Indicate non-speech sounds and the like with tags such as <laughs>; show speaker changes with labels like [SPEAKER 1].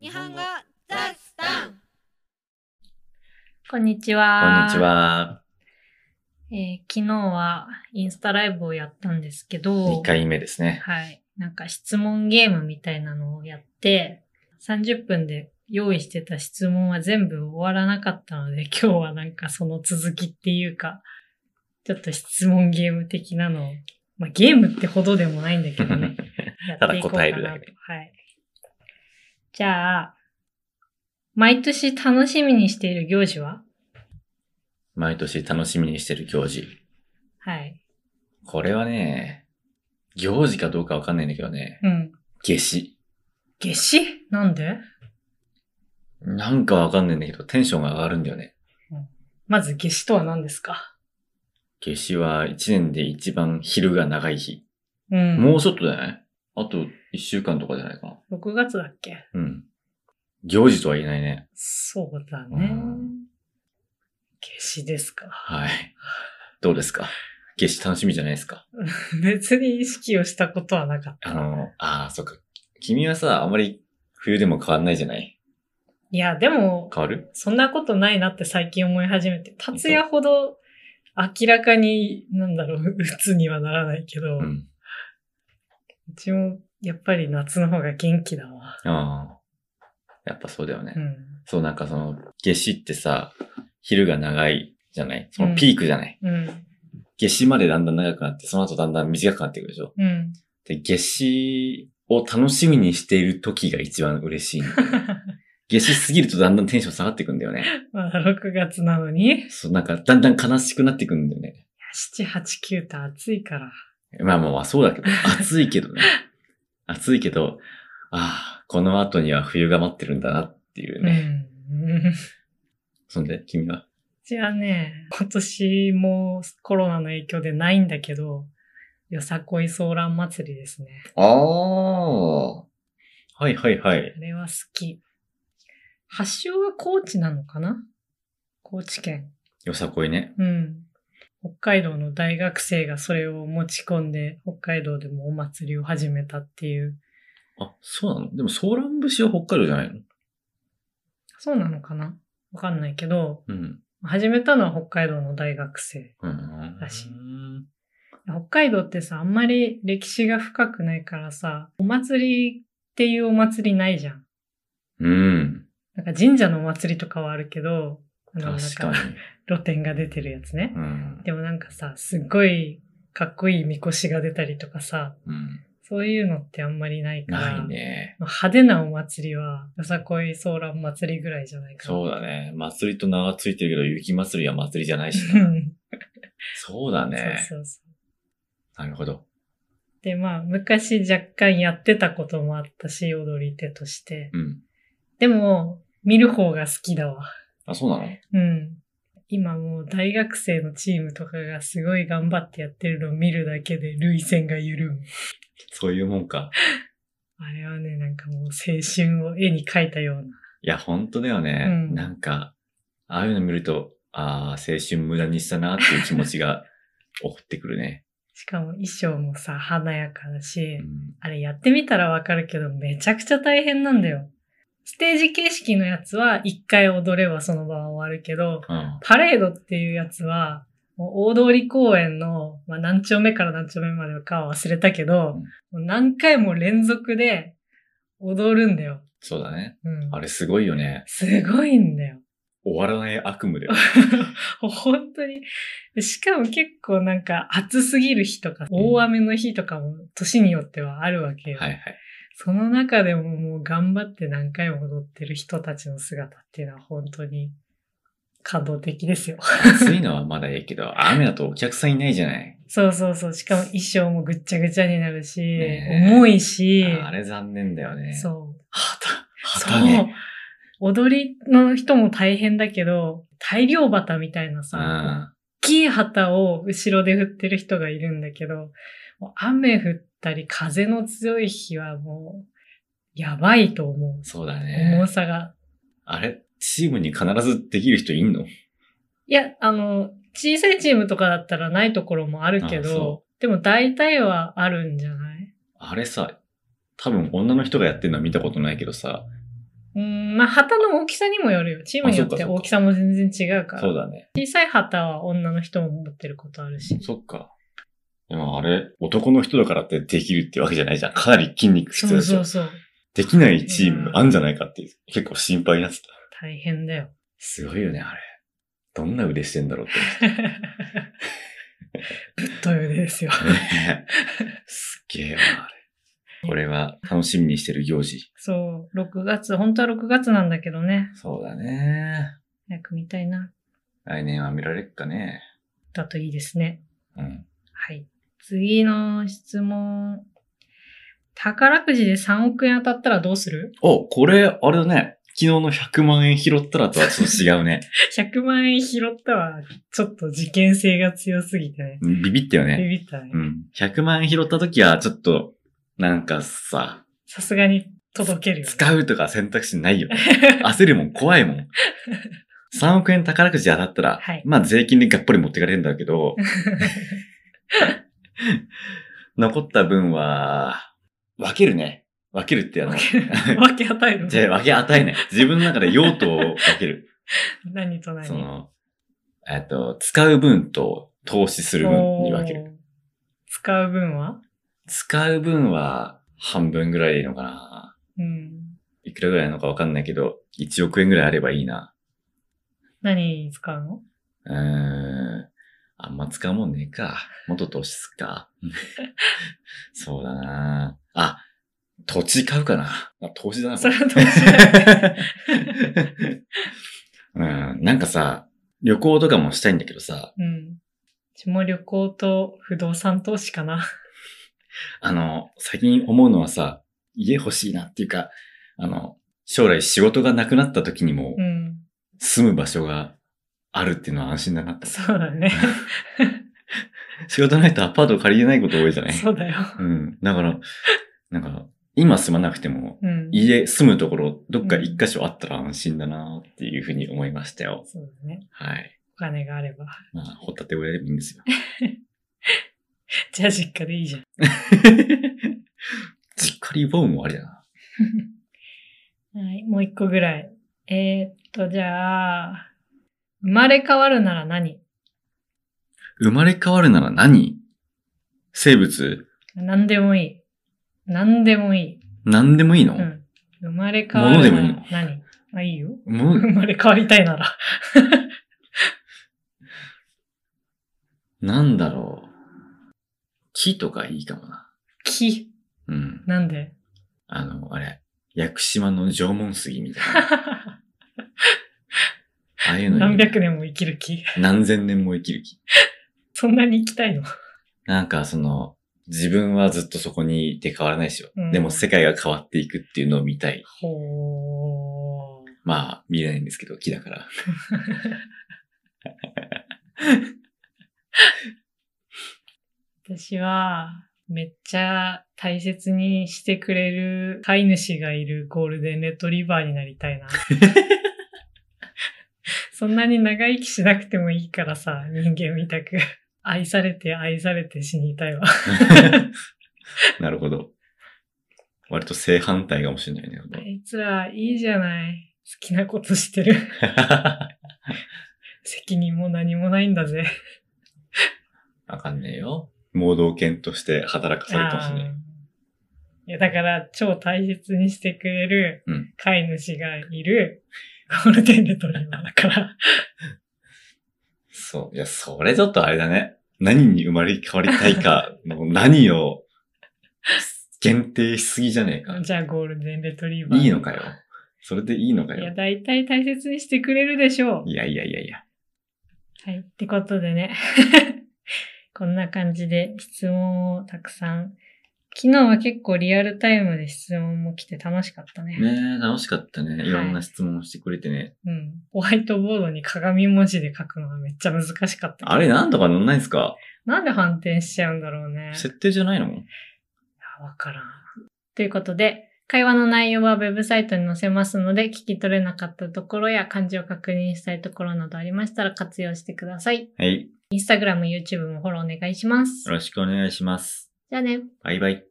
[SPEAKER 1] 日本語ザスタン
[SPEAKER 2] こんにち
[SPEAKER 3] こん
[SPEAKER 2] は。
[SPEAKER 3] にち。は。
[SPEAKER 2] えー昨日はインスタライブをやったんですけど、
[SPEAKER 3] 2回目ですね。
[SPEAKER 2] はい。なんか質問ゲームみたいなのをやって、30分で用意してた質問は全部終わらなかったので、 <laughs> 今日はなんかその続きっていうか、ちょっと質問ゲーム的なのを、まあゲームってほどでもないんだけどね。
[SPEAKER 3] <laughs> ただ答える
[SPEAKER 2] やっ
[SPEAKER 3] だ
[SPEAKER 2] て
[SPEAKER 3] け
[SPEAKER 2] いこうかなとはい。じゃあ、毎年楽しみにしている行事は
[SPEAKER 3] 毎年楽しみにしてる行事。
[SPEAKER 2] はい。
[SPEAKER 3] これはね、行事かどうかわかんないんだけどね、
[SPEAKER 2] うん。
[SPEAKER 3] 夏至。
[SPEAKER 2] 夏至なんで
[SPEAKER 3] なんかわかんないんだけど、テンションが上がるんだよね。
[SPEAKER 2] まず夏至とは何ですか
[SPEAKER 3] 夏至は1年で一番昼が長い日。
[SPEAKER 2] うん。
[SPEAKER 3] もうちょっとじゃないあと1週間とかじゃないかな。
[SPEAKER 2] 6月だっけ
[SPEAKER 3] うん。行事とは言えないね。
[SPEAKER 2] そうだね
[SPEAKER 3] うん。
[SPEAKER 2] 夏至ですか。 <laughs>
[SPEAKER 3] はい。どうですか夏至楽しみじゃないですか
[SPEAKER 2] 別に意識をしたことはなかった。
[SPEAKER 3] あの、ああ、そっか。君はさ、あんまり冬でも変わんないじゃない
[SPEAKER 2] いや、でも、
[SPEAKER 3] 変わる
[SPEAKER 2] そんなことないなって最近思い始めて、達也ほど明らかに、なんだろう、 <laughs> 鬱にはならないけど、う
[SPEAKER 3] う。
[SPEAKER 2] んちもやっぱり夏の方が元気だわ。
[SPEAKER 3] ああ。やっぱそうだよね。
[SPEAKER 2] うん。
[SPEAKER 3] そう、なんかその、夏至ってさ、昼が長いじゃないそのピークじゃない、
[SPEAKER 2] うん。
[SPEAKER 3] 夏至までだんだん長くなって、その後だんだん短くなっていくでしょ
[SPEAKER 2] うん。
[SPEAKER 3] で、夏至を楽しみにしている時が一番嬉しいんだよね。夏至過ぎるとだんだんテンション下がっていくんだよね。
[SPEAKER 2] まだ6月なのに、
[SPEAKER 3] そう、なんかだんだん悲しくなっていくんだよね。
[SPEAKER 2] 7、8、9と暑いから。
[SPEAKER 3] まあまあまあ、そうだけど、暑いけどね。暑いけど、ああ、この後には冬が待ってるんだなっていうね。
[SPEAKER 2] うん。
[SPEAKER 3] そんで、君は
[SPEAKER 2] じゃあね、今年もコロナの影響でないんだけど、よさこいソーラン祭りですね。
[SPEAKER 3] ああ。はいはいはい。
[SPEAKER 2] あれは好き。発祥は高知なのかな高知県。
[SPEAKER 3] よさこいね。
[SPEAKER 2] うん。北海道の大学生がそれを持ち込んで、北海道でもお祭りを始めたっていう。
[SPEAKER 3] あ、そうなのでもソーラン節は北海道じゃないの
[SPEAKER 2] そうなのかなわかんないけど、
[SPEAKER 3] うん。
[SPEAKER 2] 始めたのは北海道の大学生。
[SPEAKER 3] うん。
[SPEAKER 2] らしい北海道ってさ、あんまり歴史が深くないからさ、お祭りっていうお祭りないじゃん。
[SPEAKER 3] うん。
[SPEAKER 2] なんか神社のお祭りとかはあるけど、あの、なん
[SPEAKER 3] 確
[SPEAKER 2] か
[SPEAKER 3] かに。
[SPEAKER 2] 露店が出てるやつね
[SPEAKER 3] う。ん。
[SPEAKER 2] でもなんかさ、すっごいかっこいいみこしが出たりとかさ、
[SPEAKER 3] うん
[SPEAKER 2] そういうのってあんまりないから。
[SPEAKER 3] ないね。
[SPEAKER 2] 派手なお祭りは、よさこいソーラン祭りぐらいじゃないかな。
[SPEAKER 3] そうだね。祭りと名がついてるけど、雪祭りは祭りじゃないし <laughs>
[SPEAKER 2] う
[SPEAKER 3] な。
[SPEAKER 2] ん
[SPEAKER 3] そうだね。
[SPEAKER 2] <laughs> そうそうそう。
[SPEAKER 3] なるほど。
[SPEAKER 2] で、まあ、昔若干やってたこともあったし、踊り手として。
[SPEAKER 3] うん。
[SPEAKER 2] でも、見る方が好きだわ。
[SPEAKER 3] あ、そうなの
[SPEAKER 2] うん。今もう大学生のチームとかがすごい頑張ってやってるのを見るだけで涙腺が緩む。
[SPEAKER 3] そういうもんか。
[SPEAKER 2] あれはね、なんかもう青春を絵に描いたような。
[SPEAKER 3] いや、ほんとだよね。
[SPEAKER 2] うん
[SPEAKER 3] なんか、ああいうの見ると、ああ、青春無駄にしたなっていう気持ち <laughs> が起こってくるね。
[SPEAKER 2] しかも衣装もさ、華やかだし、
[SPEAKER 3] うん。
[SPEAKER 2] あれやってみたらわかるけど、めちゃくちゃ大変なんだよ。ステージ形式のやつは一回踊ればその場は終わるけど、
[SPEAKER 3] うん。
[SPEAKER 2] パレードっていうやつは、もう大通公園の、まあ、何丁目から何丁目までかは忘れたけど、もう何回も連続で踊るんだよ。
[SPEAKER 3] そうだね。
[SPEAKER 2] うん、
[SPEAKER 3] あれすごいよね。
[SPEAKER 2] すごいんだよ。
[SPEAKER 3] 終わらない悪
[SPEAKER 2] <laughs>
[SPEAKER 3] 夢だよ。
[SPEAKER 2] 本当に。しかも結構なんか暑すぎる日とか、大雨の日とかも年によってはあるわけよ。
[SPEAKER 3] はいはい。
[SPEAKER 2] その中でももう頑張って何回も踊ってる人たちの姿っていうのは本当に感動的ですよ。
[SPEAKER 3] 暑いのはまだいいけど、雨だとお客さんいないじゃない。
[SPEAKER 2] そうそうそう。しかも衣装もぐっちゃぐちゃになるし、
[SPEAKER 3] ねえ
[SPEAKER 2] 重いし、
[SPEAKER 3] ああれ残念だよね。う。
[SPEAKER 2] そう。
[SPEAKER 3] 旗、
[SPEAKER 2] そう
[SPEAKER 3] 旗ね。。
[SPEAKER 2] 踊りの人も大変だけど、大量旗みたいな
[SPEAKER 3] う
[SPEAKER 2] さ、
[SPEAKER 3] ん。
[SPEAKER 2] 大きい旗を後ろで振ってる人がいるんだけど、もう雨降ったり風の強い日はもう、やばいと思う。
[SPEAKER 3] そうだ
[SPEAKER 2] 重
[SPEAKER 3] ね。
[SPEAKER 2] さが
[SPEAKER 3] あれ、チームに必ずできる人いんの
[SPEAKER 2] いや、あの、小さいチームとかだったらないところもあるけ
[SPEAKER 3] あ
[SPEAKER 2] ど
[SPEAKER 3] そ、
[SPEAKER 2] でも大体はあるんじゃない
[SPEAKER 3] あれさ、多分女の人がやってるのは見たことないけどさ、
[SPEAKER 2] うん、まあ、旗の大きさにもよるよ。チームによって
[SPEAKER 3] あそうかそう
[SPEAKER 2] 大
[SPEAKER 3] か
[SPEAKER 2] きさも全然違うから。
[SPEAKER 3] そうだね。
[SPEAKER 2] 小さい旗は女の人も持ってることあるし。
[SPEAKER 3] そっか。でもあれ、男の人だからってできるってわけじゃないじゃん。かなり筋肉必
[SPEAKER 2] そ
[SPEAKER 3] 要
[SPEAKER 2] う
[SPEAKER 3] でし
[SPEAKER 2] そ
[SPEAKER 3] ょ
[SPEAKER 2] う。そう。
[SPEAKER 3] できないチーム
[SPEAKER 2] うん
[SPEAKER 3] あんじゃないかって結構心配になってた。
[SPEAKER 2] 大変だよ。
[SPEAKER 3] すごいよね、あれ。どんな腕してんだろうって
[SPEAKER 2] ぶっというですよ。
[SPEAKER 3] 思って。 <laughs> すっげえわ、あれ。これは楽しみにしてる行事。
[SPEAKER 2] そう、6月、本当は6月なんだけどね。
[SPEAKER 3] そうだね。
[SPEAKER 2] 早く見たいな。
[SPEAKER 3] 来年は見られっかね。
[SPEAKER 2] だといいですね。
[SPEAKER 3] うん。
[SPEAKER 2] はい。次の質問。宝くじで3億円当たったらどうする <laughs>
[SPEAKER 3] お、これ、あれだね。昨日の100万円拾ったらとはちょっと違うね。
[SPEAKER 2] ?100 万円拾ったは、ちょっと事件性が強すぎてね。
[SPEAKER 3] うんビビったよ
[SPEAKER 2] ビ
[SPEAKER 3] ね。
[SPEAKER 2] ビったね
[SPEAKER 3] う。ん。100万円拾った時はちょっと、なんかさ、
[SPEAKER 2] さすがに届けるよ、ね。
[SPEAKER 3] <laughs> 使うとか選択肢ないよね。焦るもん、怖い
[SPEAKER 2] <laughs>
[SPEAKER 3] もん。3億円宝くじ当たったら、
[SPEAKER 2] はい
[SPEAKER 3] まあ税金でがっぽり持ってかれるんだ
[SPEAKER 2] <laughs>
[SPEAKER 3] けど、残った分は、分けるね。分けるってあの、
[SPEAKER 2] <laughs> 分け与えるの
[SPEAKER 3] じゃあ分け与えない。自分の中で用途を分ける。
[SPEAKER 2] <laughs> 何と何
[SPEAKER 3] その、えっと、使う分と投資する分に分ける。
[SPEAKER 2] おー使う分は
[SPEAKER 3] 使う分は半分ぐらいでいいのかな。
[SPEAKER 2] うん。
[SPEAKER 3] いくらぐらいなのかわかんないけど、1億円ぐらいあればいいな。
[SPEAKER 2] 何に使うの
[SPEAKER 3] うーん。あんま使うもんねえか。元投資っすか。 <laughs> そうだなあ、土地買うかな。あ投資だな。こ
[SPEAKER 2] それはどうしよ
[SPEAKER 3] <laughs> うん、なんかさ、旅行とかもしたいんだけどさ、
[SPEAKER 2] う。うん。うちも旅行と不動産投資かな。
[SPEAKER 3] あの、最近思うのはさ、家欲しいなっていうか、あの、将来仕事がなくなった時にも
[SPEAKER 2] うん。
[SPEAKER 3] 住む場所があるっていうのは安心だなって。
[SPEAKER 2] そうだね。
[SPEAKER 3] 仕事ないとアパート借りれないこと多いじゃない
[SPEAKER 2] そうだよ。
[SPEAKER 3] うん。だから、なんか、今住まなくても、
[SPEAKER 2] うん。
[SPEAKER 3] 家、住むところ、どっか一箇所あったら安心だなっていうふうに思いましたよ。
[SPEAKER 2] そうだね。
[SPEAKER 3] はい。
[SPEAKER 2] お金があれば。
[SPEAKER 3] まあ、ホタテをやればいいんですよ。
[SPEAKER 2] じゃあ実家でいいじゃん。
[SPEAKER 3] 実家リボンもありだな。
[SPEAKER 2] はい。もう一個ぐらい。えー、っと、じゃあ、生まれ変わるなら何
[SPEAKER 3] 生まれ変わるなら何生物
[SPEAKER 2] 何でもいい。何でもいい。
[SPEAKER 3] 何でもいい
[SPEAKER 2] う
[SPEAKER 3] の、
[SPEAKER 2] ん。生まれ変わるな
[SPEAKER 3] 物でもいい
[SPEAKER 2] ら
[SPEAKER 3] の
[SPEAKER 2] 何あ、いいよ。
[SPEAKER 3] もう
[SPEAKER 2] 生まれ変わりたいなら。 <laughs>
[SPEAKER 3] なんだろう。木とかいいかもな。
[SPEAKER 2] 木。
[SPEAKER 3] うん。
[SPEAKER 2] なんで
[SPEAKER 3] あの、あれ、屋久島の縄文杉みたいな。
[SPEAKER 2] <laughs>
[SPEAKER 3] ああいうのいい
[SPEAKER 2] 何百年も生きる木。 <laughs>
[SPEAKER 3] 何千年も生きる木。
[SPEAKER 2] そんなに生きたいの
[SPEAKER 3] なんかその、自分はずっとそこにいて変わらないですよ。
[SPEAKER 2] うん
[SPEAKER 3] でも世界が変わっていくっていうのを見たい。
[SPEAKER 2] ほー。
[SPEAKER 3] まあ、見れないんですけど、木だから。
[SPEAKER 2] 私は、めっちゃ大切にしてくれる飼い主がいるゴールデンレトリバーになりたい <laughs> な。そんなに長生きしなくてもいいからさ、人間みたく。愛されて愛されて死にた <laughs> いわ。
[SPEAKER 3] なるほど。割と正反対かもしれないね。
[SPEAKER 2] あいつらいいじゃない。好きなことしてる。 <laughs> 責任も何もないんだぜ。
[SPEAKER 3] わかんねえよ。盲導犬として働かされるかもしれない。
[SPEAKER 2] あーいや、だから、超大切にしてくれる
[SPEAKER 3] うん
[SPEAKER 2] 飼い主がいるゴールデンレトリバーだから。
[SPEAKER 3] そう。いや、それちょっとあれだね。何に生まれ変わりたいか、の何を限定しすぎじゃねえか。
[SPEAKER 2] じゃあ、ゴールデンレトリバー。
[SPEAKER 3] いいのかよ。それでいいのか
[SPEAKER 2] いや、
[SPEAKER 3] よ。
[SPEAKER 2] 大体大切にしてくれるでしょう。
[SPEAKER 3] いやいやいやいや。
[SPEAKER 2] はい。ってことでね。 <laughs> こんな感じで質問をたくさん。昨日は結構リアルタイムで質問も来て楽しかったね。
[SPEAKER 3] ねえ、楽しかったね。
[SPEAKER 2] い
[SPEAKER 3] いろんな質問をしてくれてね。
[SPEAKER 2] うん。ホワイトボードに鏡文字で書くのはめっちゃ難しかったけど。
[SPEAKER 3] あれ、なんとかなんないんすか
[SPEAKER 2] なんで反転しちゃうんだろうね。
[SPEAKER 3] 設定じゃないの
[SPEAKER 2] あわからん。ということで、会話の内容はウェブサイトに載せますので、聞き取れなかったところや漢字を確認したいところなどありましたら活用してください。
[SPEAKER 3] はい。
[SPEAKER 2] Instagram、YouTube もフォローお願いします
[SPEAKER 3] よ。ろしくお願いします。
[SPEAKER 2] じゃあね。
[SPEAKER 3] バイバイ。